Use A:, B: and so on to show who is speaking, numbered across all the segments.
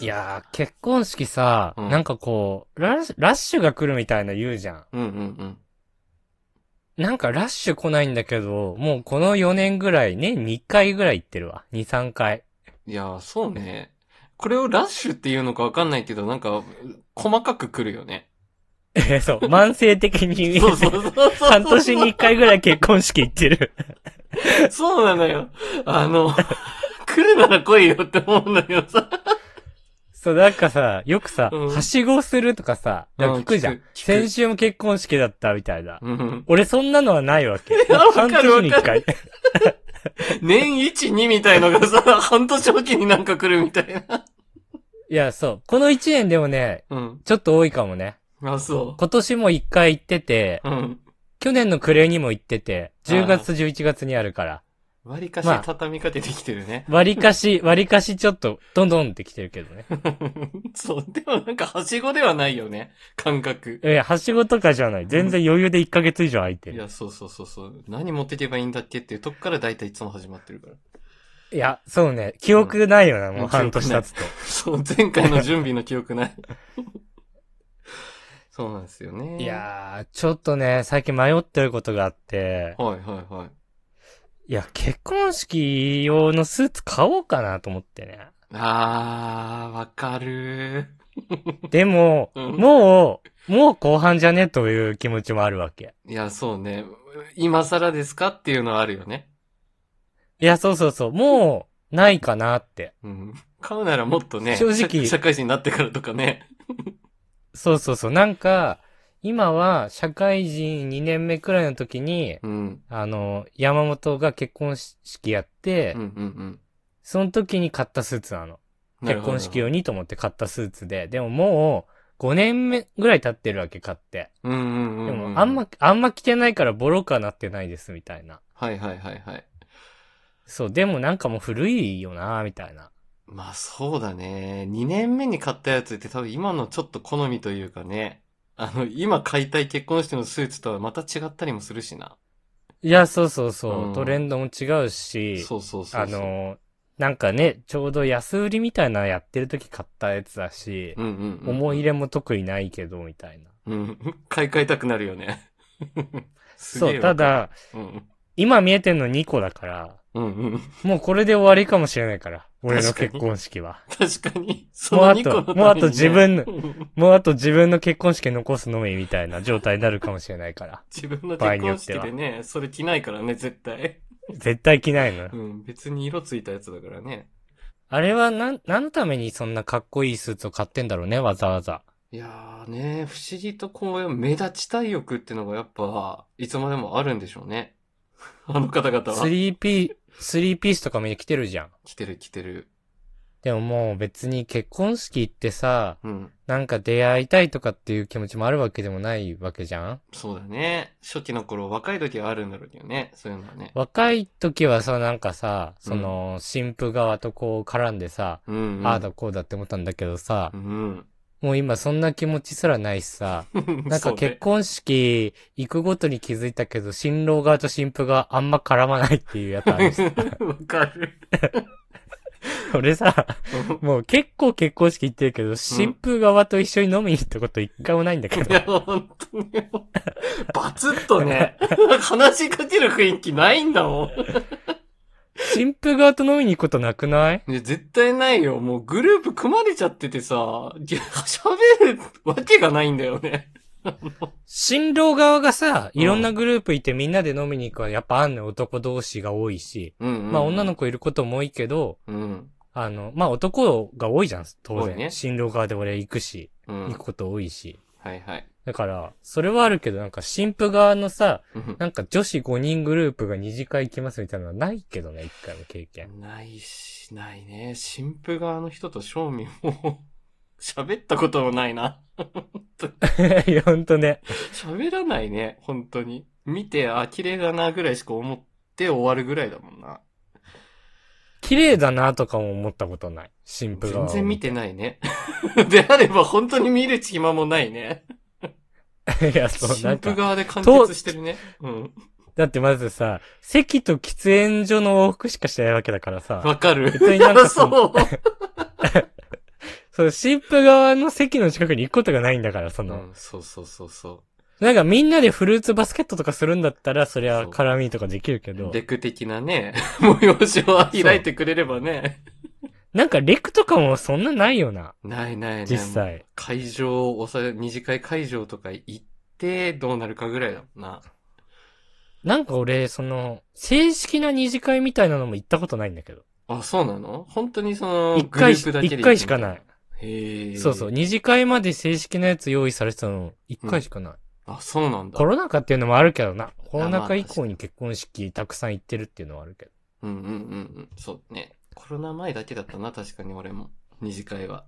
A: いやー、結婚式さ、
B: うん
A: なんかこう、ラッシュラッシュが来るみたいな言うじゃん。
B: うんうん
A: なんかラッシュ来ないんだけど、もうこの4年ぐらい、ね、2回ぐらい行ってるわ。2、3回。
B: うん。いやー、そうね。これをラッシュっていうのかわかんないけど、なんか、細かく来るよね。
A: え、そう、慢性的に、
B: そうそうそうそうそう。
A: 半年に1回ぐらい結婚式行ってる。
B: そうなのよ。あの、来るなら来いよって思うんだけどさ。
A: そう、なんかさ、よくさ、
B: うん
A: はしごするとかさ、なんか聞くじゃ
B: うん
A: ん
B: 聞く。聞く
A: 先週も結婚式だったみたい な。
B: うん。
A: 俺そんなのはないわけ。
B: やわか
A: 半
B: る
A: 年に1回。
B: 年1、2みたいのがさ、半年おきになんか来るみたいな。
A: いや、そう。この1年でもね、
B: うん。
A: ちょっと多いかもね。
B: あ、そ
A: 今年も1回行ってて、
B: う。うん。
A: 去年の暮れにも行ってて、10月、
B: あ
A: 11月にあるから、
B: 割かし
A: まあ
B: 畳みかけてきてるね。
A: 割りかし、割りかしちょっと、どんどんってきてるけどね。
B: そう、でもなんかはしごではないよね。感覚。
A: いや、はしごとかじゃない。全然余裕で1ヶ月以上空いて
B: い
A: る。
B: や、そうそうそうそう。何持っていけばいいんだっけっていうとこから大体いつも始まってるから。
A: いや、そうね。記憶ないよな、もう半年経つと。
B: そう、前回の準備の記憶ない。 そうなんですよね。
A: い。やー、ちょっとね、最近迷ってることがあって、
B: はいはいはい。
A: いや、結婚式用のスーツ買おうかなと思ってね。
B: あー、わかる
A: でも、
B: うん
A: もう、もう後半じゃねという気持ちもあるわけ。
B: いや、そうね。今更ですかっていうのはあるよね。
A: いや、そうそうそう、もう、ないかなって。
B: うん。買うならもっとね、
A: 正直
B: 社社会人になってからとかね。
A: そうそうそう、なんか、今は、社会人2年目くらいの時に、
B: うん。
A: あの、山本が結婚式やって
B: うんう、んうん。
A: その時に買ったスーツなの。
B: なる
A: 結
B: ほど
A: 婚式用にと思って買ったスーツで、でももう、5年目ぐらい経ってるわけ買って。
B: うんうんうん、
A: で
B: うん。
A: も、あんま、あんま着てないからボロくはなってないです、みたいな。
B: はいはいはいはい。
A: そう、でもなんかもう古いよな、みたいな。
B: まあそうだね。2年目に買ったやつって多分今のちょっと好みというかね。あの、今買いたい結婚式のスーツとはまた違ったりもするしな。
A: いや、そうそうそう、
B: うん
A: トレンドも違うし、
B: そうそうそうそう。
A: あ、の、なんかね、ちょうど安売りみたいなのやってる時買ったやつだし、
B: うんうん、うん。
A: 思い入れも特にないけど、みたいな。
B: うん。買い替えたくなるよね。 すげ
A: そう、
B: えわ
A: た
B: か
A: だ、
B: る。うん
A: 今見えてんの2個だから、
B: うん。うんうん。
A: もうこれで終わりかもしれないから、俺の
B: 確かに
A: 結婚式は。
B: 確かに。そ
A: もう
B: の
A: あ
B: 2個のた
A: と、
B: めにね
A: もうあと自。分の、
B: うん
A: もうあと自分の結婚式残すのみみたいな状態になるかもしれないから。
B: 自分の
A: 場合
B: 結
A: によ
B: 婚
A: って
B: 式
A: は
B: でね、それ着ないからね、絶対。
A: 絶対着ないのよ
B: う。ん。別に色ついたやつだからね。
A: あれはなん、何のためにそんなかっこいいスーツを買ってんだろうね、わざわざ。
B: いやーね、不思議とこう、目立ちたい欲ってのがやっぱ、いつまでもあるんでしょうね。 あの方々は。
A: 3P、3ピースとかみんな着てるじゃん。
B: 来てる来てる。
A: でももう別に結婚式行ってさ、
B: うん。
A: なんか出会いたいとかっていう気持ちもあるわけでもないわけじゃん
B: そうだね。初期の頃、若い時はあるんだろうけどね。そういうのはね。
A: 若い時はさ、なんかさ、その、新婦側とこう絡んでさ、
B: うん、うん。
A: ああだこうだって思ったんだけどさ
B: う、ん。
A: もう今そんな気持ちすらないし さ、なん
B: そう
A: か
B: ね
A: 結婚式行くごとに気づいたけど、新郎側と新婦があんま絡まないっていうやつある し
B: わかる。
A: 俺さ、もう結構結婚式行ってるけど、新婦側と一緒に飲みに行ったこと一回もないんだけど
B: い。や、本当にもう。バツッとね、話しかける雰囲気ないんだもん。
A: 新婦側と飲みに行くことなくない
B: いや、絶対ないよ。もうグループ組まれちゃっててさ、いや喋るわけがないんだよね。
A: 新郎側がさ、
B: うん
A: いろんなグループいてみんなで飲みに行くはやっぱあんねん男同士が多いし、
B: うん、うん。
A: まあ女の子いることも多いけど、
B: うん。
A: あの、まあ男が多いじゃん、当
B: 多い
A: 然。
B: ね
A: 新郎側で俺行くし、
B: うん。
A: 行くこと多いし。
B: はいはい。
A: だから、それはあるけど、なんか新婦側のさ、
B: うん
A: なんか女子5人グループが二次会行きますみたいなのはないけどね、一回も経験。
B: ないし、ないね。新婦側の人と正味も、 喋ったこともないな。
A: いや、ほんとね。
B: 喋らないね、本当に。見て、あ、綺麗だな、ぐらいしか思って終わるぐらいだもんな。
A: 綺麗だなとかも思ったことない。新婦側
B: 全
A: を。
B: 然見てないね。 であれば、本当に見る暇もないね。
A: いや、そう、な
B: 新
A: んか
B: 婦。側で完結してるね。うん。
A: だってまずさ、席と喫煙 所の往復しかしてないわけだからさ、
B: わかる。
A: 別になんかそ
B: そう。
A: その新婦側の席の近くに行くことがないんだから、そうの、
B: ん、そうそうそうそ
A: なんかみんなでフルーツバスケットとかするんだったら、そりゃ
B: そう
A: 絡みとかできるけ
B: う。
A: ど
B: レ、ク的なね、 催しを開いてくれればね。
A: なんかレクとかもそんなないよな、
B: ないないない。
A: 実際。
B: 会場を抑え、二次会会場とか行って、どうなるかぐらいだもんな。
A: なんか俺、その、正式な二次会みたいなのも行ったことないんだけど。
B: あ、そうなの本当にその、
A: 一回し
B: グループだけで行く
A: 一回しかない。
B: へえ。
A: そうそう、。二次会まで正式なやつ用意されてたの、一回しかない。
B: あ、そうなんだ
A: コ。ロナ禍っていうのもあるけどな。コロ
B: あま
A: ナ
B: あ
A: 禍以降に結婚式たくさん行ってるっていうのはあるけど。
B: うんうんうんうん。そうね。コロナ前だけだったな、確かに俺も。二次会は。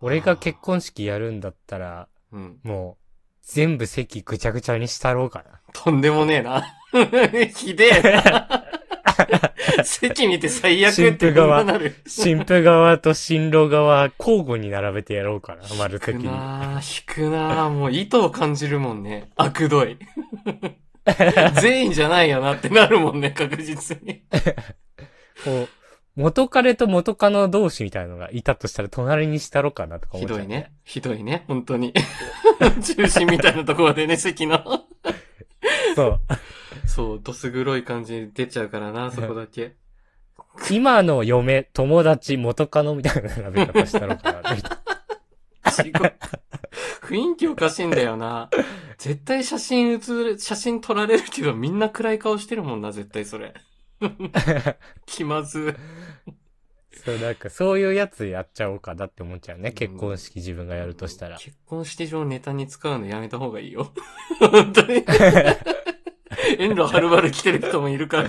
A: 俺が結婚式やるんだったら、
B: うん。
A: もう、全部席ぐちゃぐちゃにしたろうかな。
B: とんでもねえな。 ひでえ な。席見て最悪って
A: 新婦側
B: こんななる。
A: 新婦側と新郎側、交互に並べてやろうかな、丸
B: 引く
A: 的に。
B: なあ引くなあもう意図を感じるもんね。悪 どい。全員じゃないよなってなるもんね、確実に。
A: こう、元彼と元カノ同士みたいなのがいたとしたら隣にしたろうかなとか思
B: ひ
A: っちゃう
B: どい。ね。ひどいね、本当に。 中心みたいなところでね、席の。
A: そう。
B: そう、どす黒い感じに出ちゃうからな、そこだけ。
A: 今の嫁、友達、元カノみたいな並べ方したろうか な。みたいな
B: 違う雰囲気おかしいんだよな。絶対写真写る、写真撮られるけど、みんな暗い顔してるもんな、絶対 それ。気まず
A: そう、なんかそういうやつやっちゃおうかなって思っちゃうね。結婚式自分
B: い。
A: がやるとしたら。
B: 結婚式場ネタに使うのやめた方がいいよ。 本当 に。遠路はるばる来てる人もいるから。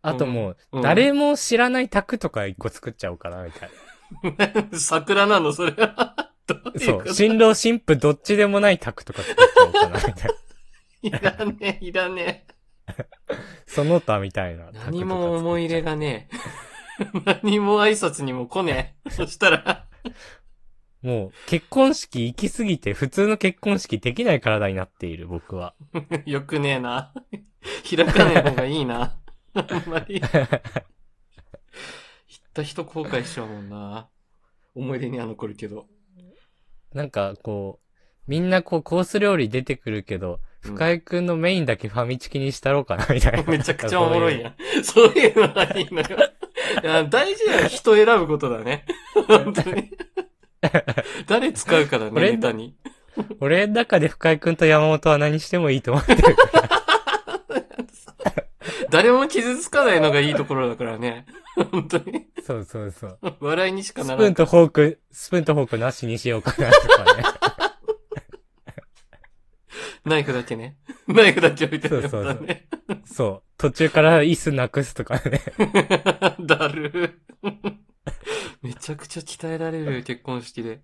A: あとも
B: うん
A: う、誰も知らない卓とか一個作っちゃおうかな、みたい
B: 桜なの、それは。どう
A: な。
B: いう
A: そ
B: こ
A: う。
B: と
A: 新郎新婦どっちでもない卓とか作っちゃおうかな、みたいな。
B: いらねえ、いらねえ。
A: その他みたいな卓とか作っちゃ
B: 何
A: う。
B: も思い入れがねえ。何も挨拶にも来ねえ。そしたら。
A: もう、結婚式行き過ぎて、普通の結婚式できない体になっている、僕は。
B: よくねえな。開かねえ方がいいな。あんま り。行った人後悔しちゃうもんな。思い出には残るけど。
A: なんか、こう、みんなこう、コース料理出てくるけど、
B: うん
A: 深井くんのメインだけファミチキにしたろうかな、みたいな。
B: めちゃくちゃおもろいやん。 そういうのはいいのよ。いや大事な人選ぶことだね。本当 に。誰使うかだ
A: こ
B: ね、
A: れ
B: ネタに。
A: 俺の中で深井くんと山本は何してもいいと思って る。
B: 誰も傷つかないのがいいところだからね。本当に。
A: そうそうそう。
B: 笑いにしか
A: スプ
B: な
A: ー
B: ら
A: ン
B: ん。
A: とフォーク、スプーンとフォークなしにしようかな、とか ね。
B: ナイフだけね。ナイフだけ置いてるやつ
A: そ
B: だ
A: うそう
B: ね。
A: そう。途中から椅子なくすとかね。
B: だる。めちゃくちゃ鍛えられる結婚式で。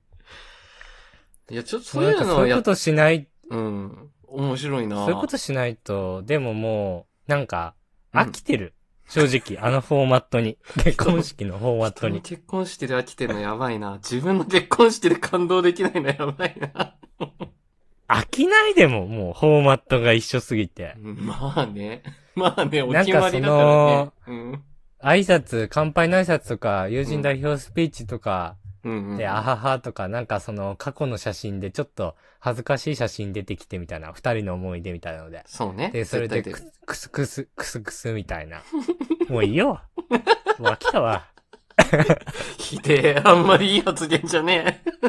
B: いや、ちょっとそうい
A: なん
B: う
A: か
B: の
A: そうい
B: は
A: う
B: や
A: こ
B: っ、
A: としない、
B: うん。面白いな
A: そういうことしないと、でももう、なんか、
B: うん
A: 飽きてる。正直、あのフォーマット に。結婚式のフォーマット
B: 人に
A: に。
B: 結婚してる飽きてるのやばいな。自分の結婚してる感動できないのやばいな。
A: 飽きないでも、もう、フォーマットが一緒すぎて。
B: まあね。まあね、お
A: なん
B: 決ま
A: かその
B: りだからね。うん。
A: 挨拶、乾杯の挨拶とか、友人代表スピーチとか、
B: うんうん。
A: で、あははとか、なんかその、過去の写真で、ちょっと、恥ずかしい写真出てきてみたいな、二人の思い出みたいなので。
B: そうね。
A: で、それで
B: 絶
A: く
B: 対、
A: くすくす、くすくすみたいな。もういいよ。 もう飽きたわ。
B: ひでえ、あんまりいい発言じゃねえ。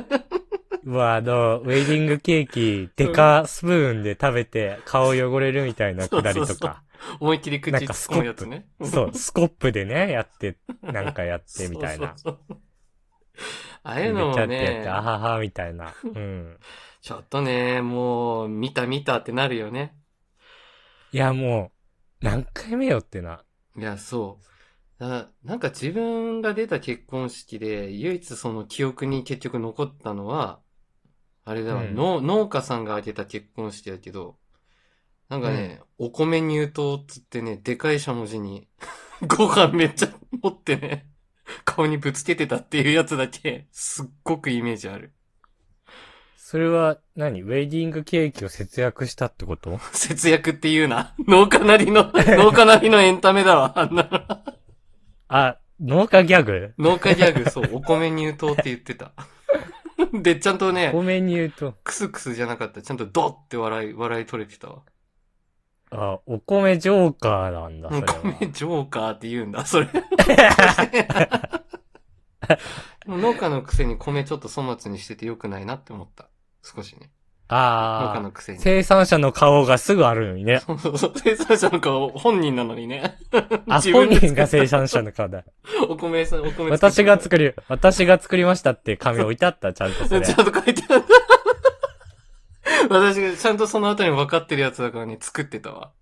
A: もうあの、ウェディングケーキ、デカスプーンで食べて、顔汚れるみたいなくだりと
B: そうそう
A: か。
B: 思いっきり口
A: なん
B: 突
A: か
B: っ込むやつね。
A: そう、スコップでね、やって、なんかやってみたいな。
B: そうそうそう。ああいうのも
A: めちゃってやっ
B: ね
A: て、、あはは、みたいな。うん。
B: ちょっとね、もう、見た見たってなるよね。
A: いや、もう、何回目よってな。
B: いや、そう。ななんか自分が出た結婚式で、唯一その記憶に結局残ったのは、あれだ
A: う
B: わ、
A: ん
B: の農家さんが挙げた結婚式だけど、なんかね、お米入刀っつってね、でかいしゃもじに、 ご飯めっちゃ持ってね、顔にぶつけてたっていうやつだけ、すっごくイメージある。
A: それは何、ウェディングケーキを節約したってこと
B: 節 約って言うな。農家なりの、農家なりのエンタメだわ、あんなの。
A: あ、農家ギャグ
B: 農家ギャグ、そう、お米入刀って言 ってた。で、ちゃんとね
A: 多、めに言うと、
B: クスクスじゃなかった。ちゃんとドッって笑い、笑い取れてたわ。
A: あ、お米ジョーカーなんだ、そ
B: お
A: れ
B: 米
A: は。
B: ジョーカーって言うん だ、それ。もう農家のくせに米ちょっと粗末にしててよくないなって思った。少しね。農家
A: あ
B: の
A: あ、
B: くせに。
A: 生産者の顔がすぐあるのにね。
B: そうそうそう。生産者の顔、本人なのにね。
A: あ、
B: 自
A: 本
B: 分で
A: 人が生産者の顔だ。
B: お米さん、お米
A: 私が
B: 作っ
A: 作り、私が作りましたって紙置いてあった、ちゃんとそ
B: て
A: れ
B: ち。ゃんと書いてある。私がちゃんとそのあたり分かってるやつだからね、作ってたわ。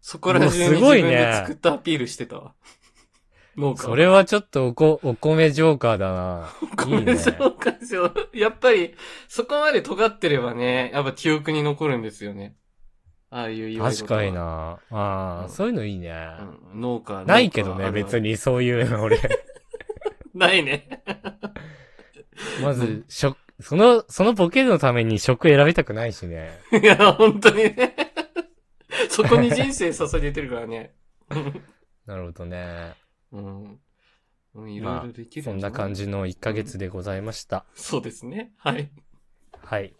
B: そこら中
A: も
B: に
A: うす
B: 自
A: ごい
B: 分
A: ね
B: で作ったアピールしてたわ。農家は
A: それはちょっとおこ、お米ジョーカーだな。いい
B: 米
A: ね。
B: 紹介しよう。やっぱり、そこまで尖ってればね、やっぱ記憶に残るんですよね。ああいう祝い
A: 確
B: 事は
A: かに。な。ああ、
B: うん
A: そういうのいいね。
B: うん、農家。
A: ないけどね、別
B: に。
A: にそういうの俺。
B: ないね。
A: ま
B: う
A: ず
B: ん、
A: 食、その、そのボケのために食選びたくないしね。
B: いや、本当にね。そこに人生捧げてるからね。
A: なるほどね。
B: うん。うんいろ
A: ま
B: いろでき
A: あ、
B: る
A: そんな感
B: じ。
A: じの1ヶ月でございました。
B: そうですね。はい。
A: はい。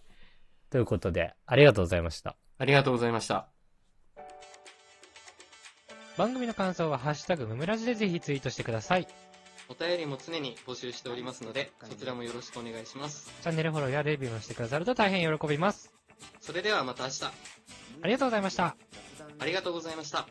A: ということで、ありがとうございました。
B: ありがとうございました。
A: 番組の感想は、ハッシュタグムムラジでぜひツイートしてください。チ
B: お便りも常に募集しておりますので、そちらもよろしくお願いします。
A: ャンネルフォローやレビューもしてくださると大変喜びます。
B: それではまた明日、
A: ありがとうございました。
B: ありがとうございました。